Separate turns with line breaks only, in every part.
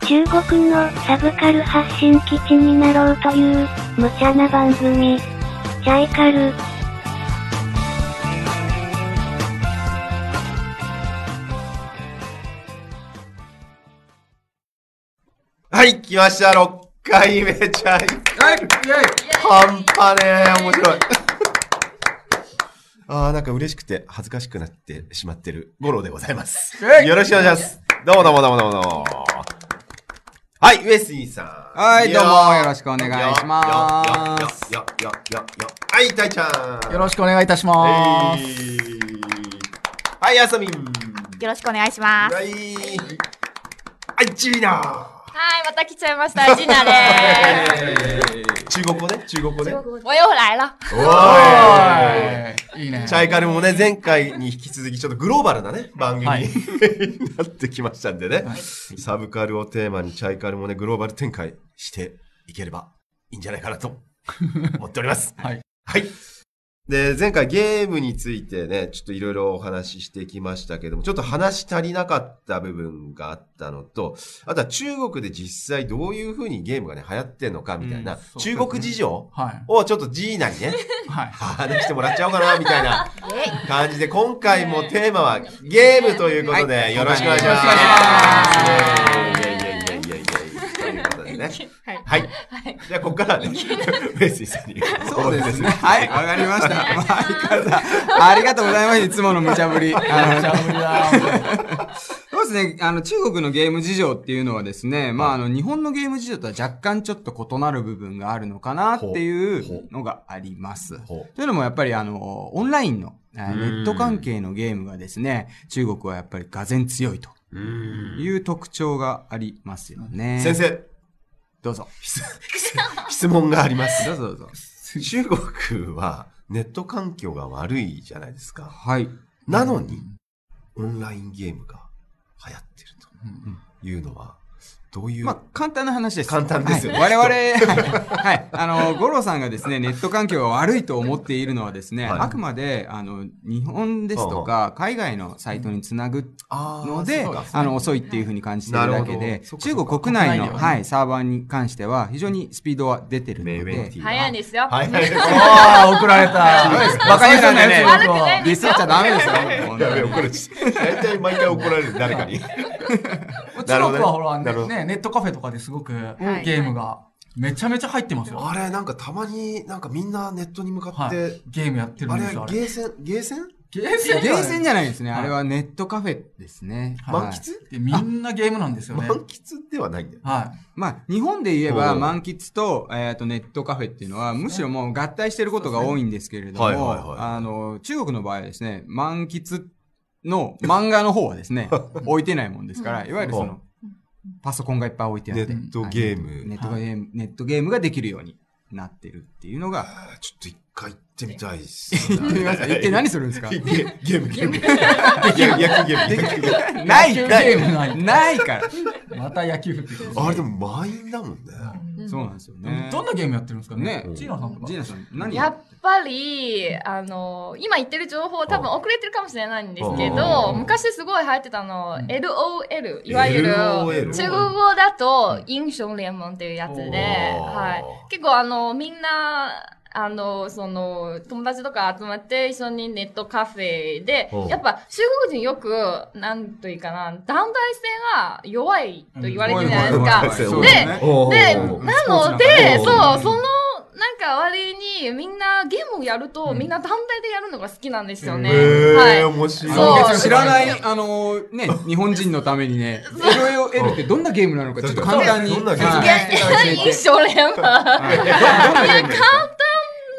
中国のサブカル発信基地になろうという、無茶な番組。チャイカル。
はい、来ました、6回目チャイ。
はい、イェ
半端ねえ、面白い。ああ、なんか嬉しくて恥ずかしくなってしまってる五郎でございます。
はい
よろしくお願いします。どうもどうもどうもどうもどうも。はい、ウエスインさん。
はいどうもよろしくお
お
願いします
よよよよよよよはい、たいちゃん。
イよろ
しく
しくお願いいたします。
はい、あさみん。
よろしくお願いします。
はい。はい、チビナ
はい、また来ちゃいました。ジナで
ー。 中国語ね、中国語ね。
す。我又来了。
おーい。
いいね。
チャイカルもね、前回に引き続き、ちょっとグローバルなね、番組に、
はい
なってきましたんでね、サブカルをテーマに、チャイカルもね、グローバル展開していければいいんじゃないかなと思っております。
はい。
はい。で、前回ゲームについてね、ちょっといろいろお話ししてきましたけども、ちょっと話し足りなかった部分があったのと、あとは中国で実際どういうふうにゲームがね、流行ってんのかみたいな、
うんそうです
中
ね
国事情
は
をちょっとジーナにね、
い。 はい。
話してもらっちゃおうかな、みたいな。
えい
感じで今回もテーマはゲームということで、
はい
よろしくお願いします。
よろし
イエーイイエーイイエーイイエーイイエーイということでね。
はい。
はい。じゃあ、ここから はね、ベースイさんに。
そうですね。はい、わかりました。まあ相変わらずありがとうございます。いつもの無茶 ぶり。無茶ぶりだ。そうですね。あの、中国のゲーム事情っていうのはですね、まあ、あの、日本のゲーム事情とは若干ちょっと異なる部分があるのかなっていうのがあります。
ほう
というのもやっぱりあの、オンラインの、えー
うん
ネット関係のゲームがですね、中国はやっぱり俄然強いという特徴がありますよね。
先。生、
どうぞ。
質問があります。
どうぞどうぞ。
中国はネット環境が悪いじゃないですか。
はい。
なのに、オンラインゲームが流行ってるというのは、どういう、
まあ、簡単な話です。
簡単ですよね
はい我々、はい、はいあの、五郎さんがですね、ネット環境が悪いと思っているのはですね、
はい
あくまで、あの、日本ですとか、海外のサイトにつなぐ
あー
ので、
そうか
あの、遅いっていうふうに感じているだけ
なるほ
で
どそっ、かそっ
中
か
国国内の、
国内ではね
はい、サーバーに関しては、非常にスピードは出てるの
メイウェンテ
で
ィ、ーが
早いんですよ。
はいはい。
ああ、送られた。
バカにすんでね
悪くない
ディスっちゃダメですよ 本
や
当
べえ、
に。
怒るし。大体毎回怒られる、誰かに。なるほどね
中国はほら、
なるほど
ね、ネットカフェとかですごくゲ
ん
ームがめちゃめちゃ入ってますよ。
あれ、なんかたまになんかみんなネットに向か
は
っ
い
て、。
ゲームやってる
あ
ん
れ
ですよ、あれ。
ゲーセン、ゲーセン
ゲーセン
ゲーセンじ
ゃ
ゃないですね。
はい
あれはネットカフェですね。はい
満喫、
でみんなゲームなんですよね。
満喫ではないんだよ。
は
まあ、日本で言えば、
うん
満喫と、えっ、と、ネットカフェっていうのは、むしろもう合体してることが多いんですけれど
はいはいはい
も、あの、中国の場合はですね、満喫の漫画の方はです ね、置いてないもんですから、いわゆるその、パソコンがいっぱい置いてあっ
ネ
て、
ットゲーム。
ネットゲーム、ネットゲームができるようになってるっていうのが、
あーちょっと一回行ってみたいっす。
言ってみます一体何するんですか
ゲゲーム、ゲーム。ゲーム、野球ゲーム、野球ゲーム。
ない
野球
ない
ゲームない
ないから。
い。また野球振ってくる。
あれでも満員だもんね。
そうなんですよ
でも
ね。
どんなゲームやってるんですかね
ね
ジーナさんとか。
ジーナさん、何
やっぱり、あの、今言ってる情報多分遅れてるかもしれないんですけ
う
ど、
ん
昔すごい流行ってたの、
ん
LOL、いわゆる、
LOL
中国語だと、英雄聯盟っていうやつで、
おー
はい。結構あの、みんな、あの、その、友達とか集まって一緒にネットカフェで
お、
やっぱ中国人よく、なんというかな、団体性が弱いと言われてるじゃないですか。
はい
そう
で
ね
おー
で、
おー
なの
ー
で、
ツ
そう
な、んだ
その、なんか割に、みんなゲームをやると、みんな団体でやるのが好きなんですよね。
へー、
はい。
面白い。
そう
あの 知らない、あのね、日本人のためにね、LOL ってどんなゲームなのか、ちょっと簡単に。
どんなゲーム
はい
ゲ
一生連覇。
はいどんなゲームですか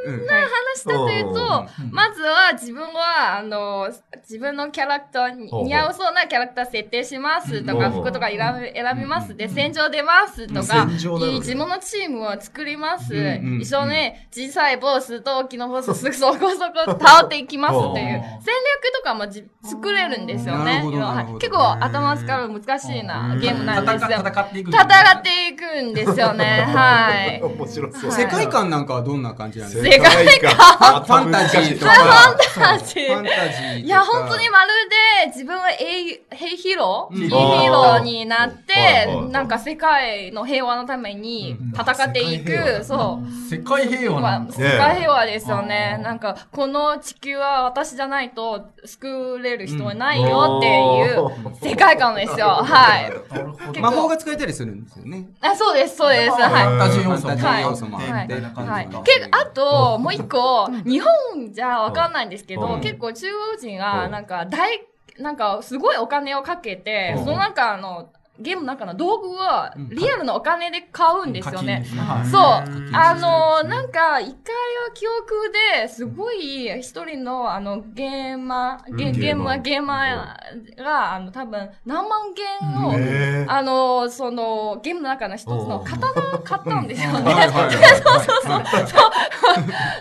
うん
話したといううんと、まずは自分は、あの、自分のキャラクターに
うん
似合うそうなキャラクター設定しますと
う
か、
ん
服とか選び選びます。で、戦場出ますとか、
戦場なのね
自分のチームを作ります。
うんうん
一緒ね、小さいボスと大きなボス、そこそこ倒っていきますという
うん、
戦略とかもじ作れるんですよ
なる
ね。
ほどなるほど
はい結構頭使う難しいなゲームなんですよ。
戦っていく。
戦っていくんですよね。はい。
面白そう。
世界観なんかはどんな感じなんですか
世界
観。
ファンタジーとか。
ファンタジ
フ
ー
ァンタジーとか。
いや、本当にまるで自分は英雄ヒヘイヒーロー
うん
ヒーヒーローにな
は
っ
い
て
はいはい、
なんか世界の平和のために戦ってい
うん世界平和
く、そう。
世界平和なんだ。
ね
世界平和ですよ
あ
ね
ー。
なんか、この地球は私じゃないと救れる人はいないよっていう世界観ですよ。はい。
なるほど。
魔法が使えたりするんですよね。
あ、そうです、そうです。
フ
はい。
ァンタジー要素も
ファンタジー要素もあって
はい
みたいな
はい
感じ。か
けあと、もう一個、日本じゃわかんないんですけ
う
ど
ん、
結構中国人
う
が、
ん
なんか、大、なんか、すごいお金をかけて
うん、
その中の、ゲームの中の道具は
うん、
リアルのお金で買うんですよね。
はい
そう。
ん
あのー、なんか、一回は記憶ですごい、一人の、あの、ゲーマー、ゲ
うん
ゲーマ
ゲーマー
ー、ゲーマーが、あの、多分、何万元を、
え
あのー、その、ゲームの中の一つの刀を買ったんですよ
はい
ね。
はいは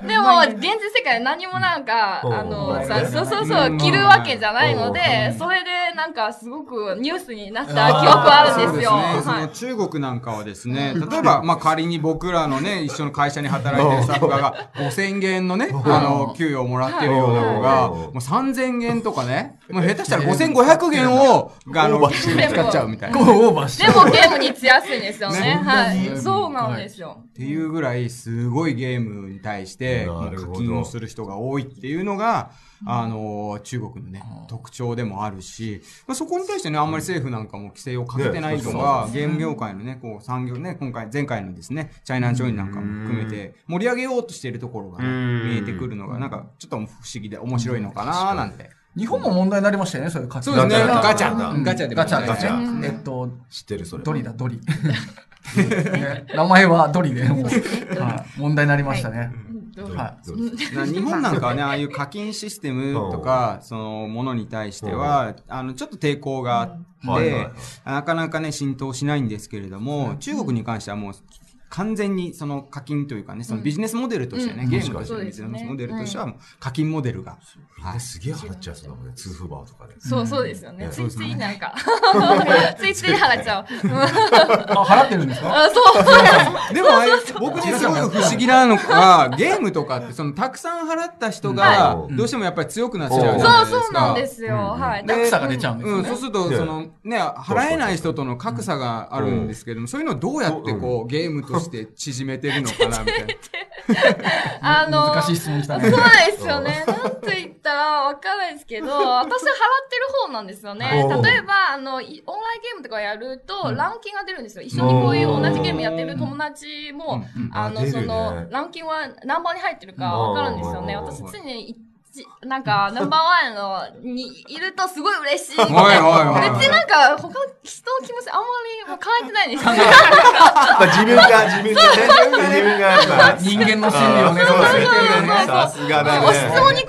でも、現実世界何もなんか、
うん
あの
うん
さそうそう
う
そ
ん
う、着るわけじゃないの
う
で、それでなんか、すごくニュースになった記憶
あー
あ
い。
るんで
そうですす
よ。
ね。そ
はい
の中国なんかはですね、例えば、まあ仮に僕らのね、一緒の会社に働いてるスタッ フが5000元のね、あの、給与をもらってるような子が、
うん
もう3000元とかね、もう下手したら5500元を、あの、使っちゃうみたいな。っ
オーバーし
でもゲームに強いんですよね。
ね
はい
ね。
そうなんですよ。
ていうぐらい、すごいゲームに対して、
な
課
るほど
金をする人が多いっていうのが、あの、中国のね、特徴でもあるし、まあ、そこに対してね、あんまり政府なんかも規制をかけてないとか、ゲーム業界のね、こう、産業ね、今回、前回のですね、チャイナジョインなんかも含めて、盛り上げようとしているところがね、
うん
見えてくるのが、なんか、ちょっと不思議で面白いのかななんて。
日本も問題になりましたよね、そういう活
そ
動
うですね、
ガチャ
ガチャ、
うん
ガチャでも
ガ
ね
チャ
ガチャ
ですねえっと、
知ってるそれ。
ドリだ、ドリ。 ね名前はドリで、もうはい問題になりましたね。
どう
は
ドリ
な日本なんかはね、ああいう課金システムとか、そのものに対しては、あの、ちょっと抵抗があって、
はいはいはい
なかなかね、浸透しないんですけれども、中国に関してはもう、完全にその課金というかね、そのビジネスモデルとしてね、
うん
ゲームとして
うん
のビジネスモデルとしては、課金モデルが。
みんなすげえ払っちゃうそうだもんね。ツーフーバーとかで。
そうそうですよね。
うん
ついついなんか、ついつい払っちゃう。
あ、払ってるんですか
あそう。
でもあれ、僕ね、すごい不思議なのが、ゲームとかって、その、たくさん払った人が
う、ん
どうしてもやっぱり強くなっちゃうじゃないです
そ
か。
うそうなんですよ。はい。
落差が出ちゃうんです
う
よ
ん、
ね
そう。すると、
ね
その、ね、払えない人との格差があるんですけれども、そういうのをどうやってこう、ゲームとして縮めてるのかな、 みたいな。
あの、
難しい質問きた
そう
ね。
ですよね。なんと言ったらわかんないですけど、私は払ってる方なんですよね。
おう
例えば、あの、いオンラインゲームとかやると、ランキングが出るんですよ。一緒にこういう同じゲームやってる友達も、あ
あ
の、
出る
そ
ね
の、ランキングは何番に入ってるかわかるんですよね。
うん
私常に一、なんか、ナンバーワンの、に、いるとすごい嬉しい。別に
はいはいはい
なんか、他の人の気持ちあんまり考えてないんですよね。
まあ自分が、自分がね、自分がやっぱ。
人間の心理をね、
そう
忘れて
だ
る
ね
ね。
さすが
お質
だ
問
ね。
に答えられる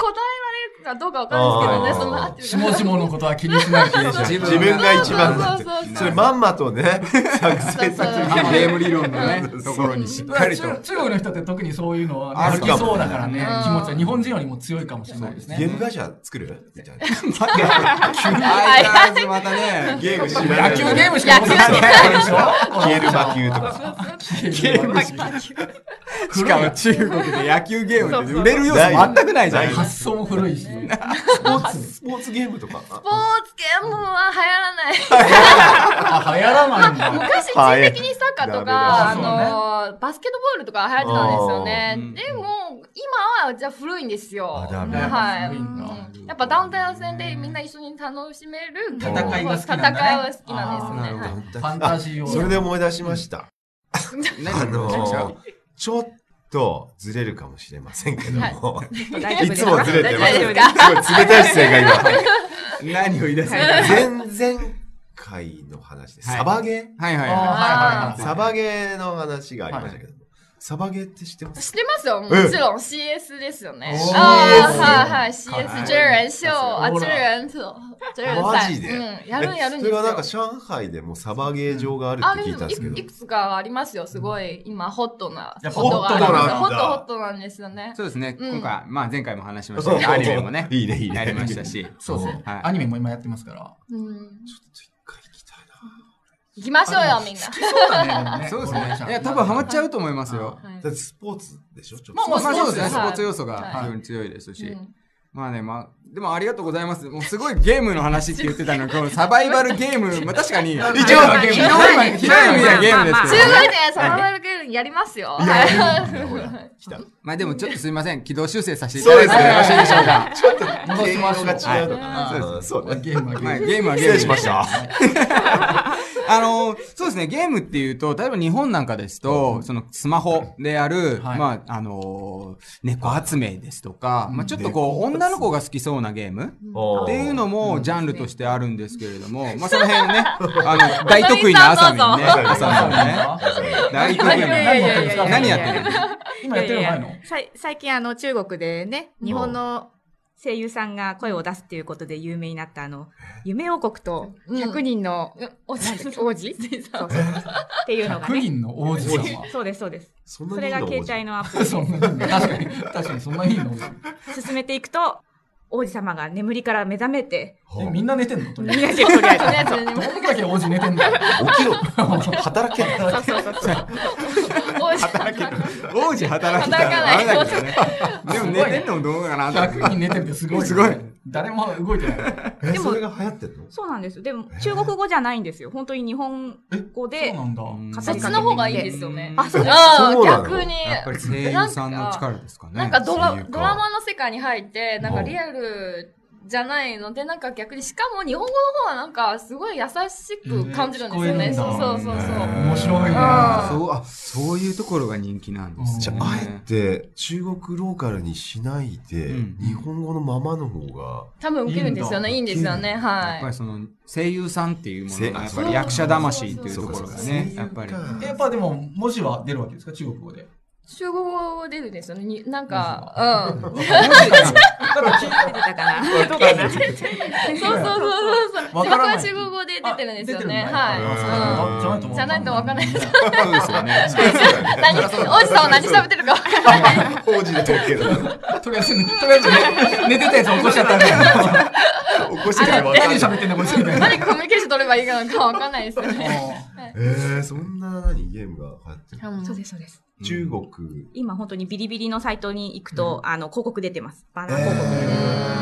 かどうかわかるんですけどね、そんな合ってるか
下々のことは気にしないし。
自
自分が一番だって
そうそうそう。
それまんまとね、作戦
そうそう
あのゲーム理論のね、ところにしっかりと。
中中国の人って特にそういうのはね、
あ
あ
る
り
かも
そうだからね、
うん
気持ちは日本人よりも強いかもしれないです
ゲー
ね。
ム会社作るみたいな。
相変わらずまたね、
ゲームしない
野球ゲームしか持ってないでしょ
消える魔球とか。
ゲーム
しかも中国で野球ゲームって売れる要素全くないじゃないですか。
発想も古いし。
スポーツ、スポーツゲームとか。
スポーツゲームは流行らない。
あ、流行らないんだ。
昔、一時的にサッカーとか、
はいダ
あ
メ
のー、バスケットボールとか流行ってたんですよね。
あー
でも、今は、じゃあ古いんですよ。
あダメ
はい。
古
う
いんだ
んやっぱ団体戦でみんな一緒に楽しめる
戦いが好きなんだね
戦いは好きなんですよね。はい
ファンタジーを。
それで思い出しました。あのー、ちょっとずれるかもしれませんけども、い、つもずれてます。
大
す
丈
ご
夫
い
ですか
冷たい視線が
何を言い出すのはい
今。前々回の話です。
はい
サバゲ
はい
あーはい
は
はいはい
ーサバゲーの話がありましたけども、サバゲーって知ってます
知ってますよ、もちろん。CS ですよね。
おー CS
ああ、はいはい。CS、ジェレン、ショー、あ、
ほら
ジェレン、そう。ジェレン
マジで
うん、やるんやる
そ
んです
れ
よ。
はなんか上海でもサバゲー場がある
あ
って
る
聞いたんですけど
い、くつかありますよ。すごい、今、ホットな。
や
ことがあり
ホットなん
ます
だ
ホットホットなんですよね
い。。そうですね、
うん
今回、まあ前回も話しましたけど、アニメもね、
いいね、いいね。
やりましたし。
そうですね。
はい
アニメも今やってますから。
うん。
ちょっと一回行きたいな。
行きましょうよ、みんな。
そうだね
そうですね。いや、多分ハマっちゃうと思いますよ。
はい
だってスポーツでしょちょっと。
まあ
まあ、そうですね。
はい
スポーツ要素が
はい
非常に強いですし。
うん
まあね、まあ、でもありがとうございます。もうすごいゲームの話って言ってた のに、このサバイバルゲーム、まあ確かに、広い
一応ゲーム
広い意味ではゲーム
中国
ですけどね。
でサバイバルゲームやりますよ。
ほらほら、来た。
まあでもちょっとすみません、軌道修正させていただいてもよろしいでしょうか。
ちょっと、
戻しましょう
が違うのか
はい
な。うんそうね。
ゲームはゲ
まあ
ーム。
ゲームはゲーム。
失礼しました。
あのそうですね、ゲームっていうと、例えば日本なんかですと、そのスマホである、
はい
まあ、あの猫集めですとか、まあちょっとこう、女の子が好きそうなゲームっていうのも、ジャンルとしてあるんですけれども、まあその辺 ね、あの、大得意な朝見ね、
どうぞ
朝見ね、大得意な。
何やってるんですか
何やってるんですか
今やってるのないの
いやいやさい最近あの中国でね、日本の声優さんが声を出すっていうことで有名になったあの、夢王国と100人の
おじ
なんだっけ王子そうそうっていうのが
100
ね。
人の王子様。
そうです、そうです。
そ
それが携帯のアプ
そんなにいいの確かに、確かにそんなにいいの
リ進めていくと、王子様が眠りから目覚めて、
えみんな寝てんのとりあえ
みんなで とりあえず
ず。
ね。
どんだけ王子寝てんの
起きろ。働け。
そうそうそうそう。
王子働きたらダメだけどね。でも寝てんのもどうかなと思って。
?100 人寝てるってすごい。
すごい。
誰も動いてない。
え、
でも
それが流行ってんの
そうなんですよ。でも中国語じゃないんですよ。本当に日本
そ
語
う
で
な。んだ。
うん
語
そっ
り
ち
かけてきて
の方がいいですよね。
あそう
あ
そうなの
逆に。
やっぱり声優さんの力ですかね。
なんかドラ
声優か
ドラマの世界に入って、なん
う
か
ん
リアルじゃないので、なんか逆に、しかも日本語の方はなんかすごい優しく感じるんですよ
え
ね。
ー
そうそうそう
聞こえるんだ
そう。
面白いね。
あー
そう、あ、そういうところが人気なんです、ね。
じゃあ、あえて中国ローカルにしないで
うん、
日本語のままの方が、
多分受けるんですよね。
い
い
い
い
ん
ん
だ
ですよね。
やっぱ
は
りその声優さんっていうものが
せ
やっぱり役者魂っていうところがね、やっぱり。
えやっぱでも、文字は出るわけですか中国語で。
い。中国語出るんですよね。になんか、うん。
文字がただ
出てたかな。 どうかな。
そうそうそうそうそう。
わ
字
から
幕
ない
は中国語で出てるんですよね。
い
は
あそうなんだ。
じゃないとわかんない
です。
そうですよね。
い。何、王子さんは何喋ってるかわからない。
王子で統計だ。
とりあえず、とりあえずね、寝てたやつ起こしちゃった んで。
起こしてから分かんない
何喋ってんだ、こいつみたいな。
何コミュニケーション取ればいいのかわかんないですよね。
えー、そんな何ゲームが流行ってる
そうです、そうです。
中国。
今本当にビリビリのサイトに行くと、あの、広告出てます。バナー広告。
えー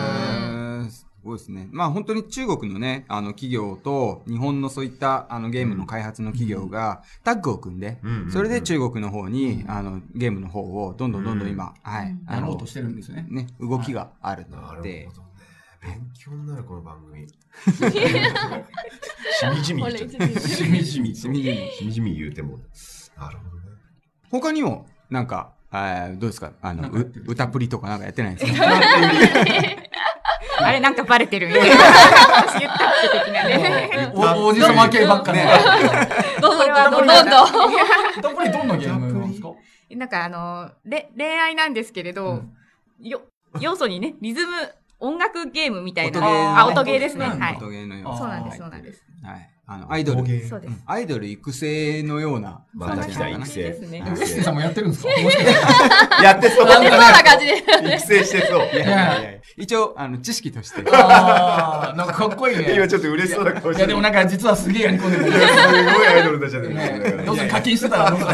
すごいですね。まあ本当に中国のね、あの企業と日本のそういったあのゲームの開発の企業がタッグを組んで
うんうんうん、
それで中国の方にあのゲームの方をどんどんどんどん今、はい、あ
やろう
の
としてるんですよ ね。
ね、動きがある
なるほ
の
どね
で。。
勉強になる、この番組。しみじみ言っちゃった。しみじみ。しみじみ。しみじみ言うても。なるほどね。
他にも、なんか、あーどうですかあの、
かやっ
う
てる
歌プリとかなんかやってないですか
あれ、なんかバレてるみたいな。私言ったっけ的なね。
お王子様系ばっかり。
どんどんど
ど
んどんど
ん
ん
ど
どん。
たっぷりどんなゲームなんですか
なんかあの、れ恋愛なんですけれど、よ、要素にね、リズム、音楽ゲームみたいな。
音ゲー
あ、音ゲーですね。
音ゲー
は
音
い。
ゲーのよう
あ
そうなんです、
は
そ
いう
なんです。
はい。あの、アイドル、
そうです。
アイドル育成のような
また来た育成
ですね
ウッシーさんもやってるんですかもしかして。
やってそう。
そうな感じで。
育成してそう。
いやいやいやいや一応、あの、知識として。
あーなんかかっこ いいね。
今ちょっと嬉しそうな顔
い
し
や
て
で
る。
もなんか実はすげえやり込んでくる
いやすごいアイドルたちだ
ね。
ね。
どうせ課金してたらどうする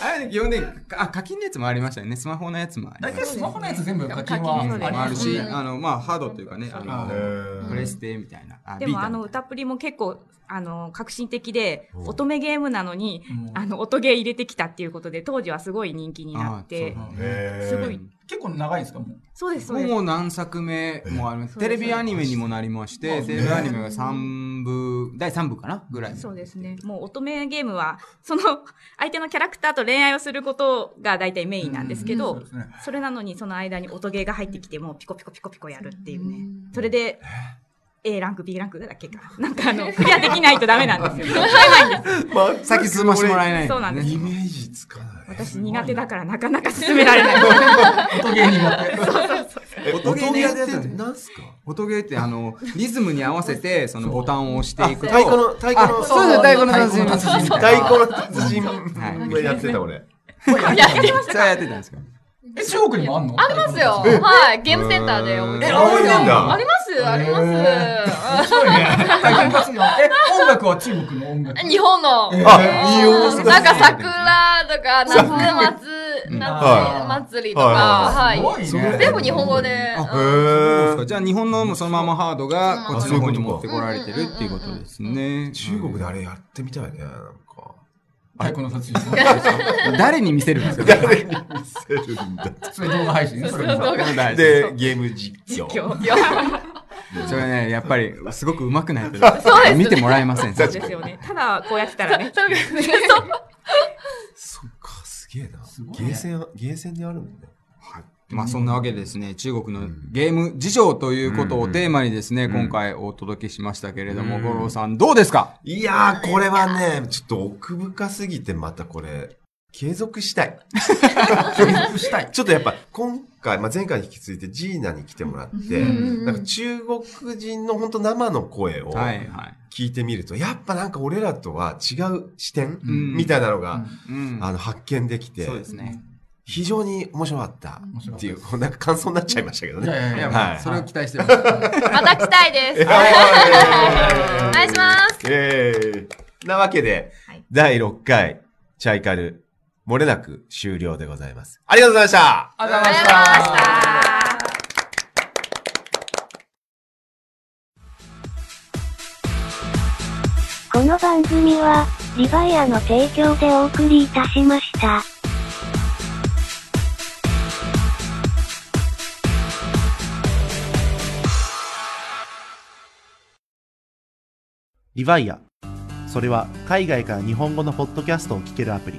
あれ、基本的に、あ、課金のやつもありましたよね。スマホのやつもありま
大
し
体
た
スマホのやつ全部課金
課金そうだ
は
よ
も
あ
あ
る
る
し。
し、あの、まあ、ハードというかね、あ
あ
の、プレステみたいな。
でもあの、
ビータ
歌プリも結構、あの、革新的で、
うん
乙女ゲームなのに、
うん
あの、音ゲー入れてきたっていうことで、当時はすごい人気になっ
あーそ
て
う、なん
すごい。
結構長いんですかもう。
そうです、そう
みたいな
です。
もう何作目もあります。
そうで
テ
す
レビアニメにもなりまし
そう
て、
です
テレビアニメが3部、第3部かなぐらい。
そうですね。もう乙女ゲームは、その、相手のキャラクターと恋愛をすることが大体メインなんですけど、
そうですね
それなのにその間に音ゲーが入ってきて、もうピコピコピコピコやるっていうね。それで、A ランク、B ランクだっけか。なんかあの、クリアできないとダメなんですよ。 買えないんです。
先進ましてもらえない。
そうなんで
イ
す。
メージつかない。
私苦手だからなかなか進められ ない。
音ゲー苦手。
え音ゲーでやってるって何すか
音ゲーってあの、リズムに合わせて、そのボタンを押していくと。
太鼓の、太鼓の、
そうです太鼓の達人
太鼓の達
太鼓
人
の達人がやってた俺。
実際やってたんですか
え、中国にもあんの
ありますよ。。はい。ゲームセンターで置いて
え、
る。
青いなんだ。
ありますありま
面白いね。太鼓の達人はえ、音楽は中国の音楽
す。。日本の。
えー
あ、いい音
なんか桜とか夏祭
うん
夏祭りとか、
は
はい。
すごいね
全部日本語で。
あ
うん
そうです
へ
か
え。
じゃあ日本のもそのままハードがこっちの方に持ってこられてるっていうことですね。
中国であれやってみたいね、なんか。
太鼓の達人。普
誰に見せるんですか
誰に見せるんだ
通に動画配信ねそれ もさ。
で、ゲーム実況。
今日今
それね、やっぱりすごく上手くないと
そうですね
見てもらえません。
そうですよね。ただ、こうやってたらね
日。 そうですね。
そっか、すげえな。
ごい
ゲ
ね
ーセン、ゲーセンであるんだね。
まあそんなわけでですね、中国のゲーム事情ということをテーマにですね、
ん
今回お届けしましたけれども、
うん
五郎さんどうですか
いやー、これはね、ちょっと奥深すぎて、またこれ、継続したい。
したい。
ちょっとやっぱ、今回、まあ、前回に引き続いて、ジーナに来てもらって、
うん
なんか中国人の本当生の声を
はいはい。
聞いてみると、やっぱなんか俺らとは違う視点、
ん
みたいなのが、
うん。
あの、発見できて、
そうですね。
非常に面白かったっていう
面白かっ
こ
たで、
うなんか感想になっちゃいましたけど
い
ね。
やいやいや、
はい
もうそれを期待してます。
また来たいです。お願いします。
えー、なわけで、
はい
第6回、チャイカル、漏れなく終了でございます。ありがとうございました
ありが
ありがとうございました。
この番組は、リバイアの提供でお送りいたしました。
リヴァイア。それは海外から日本語のポッドキャストを聞けるアプリ。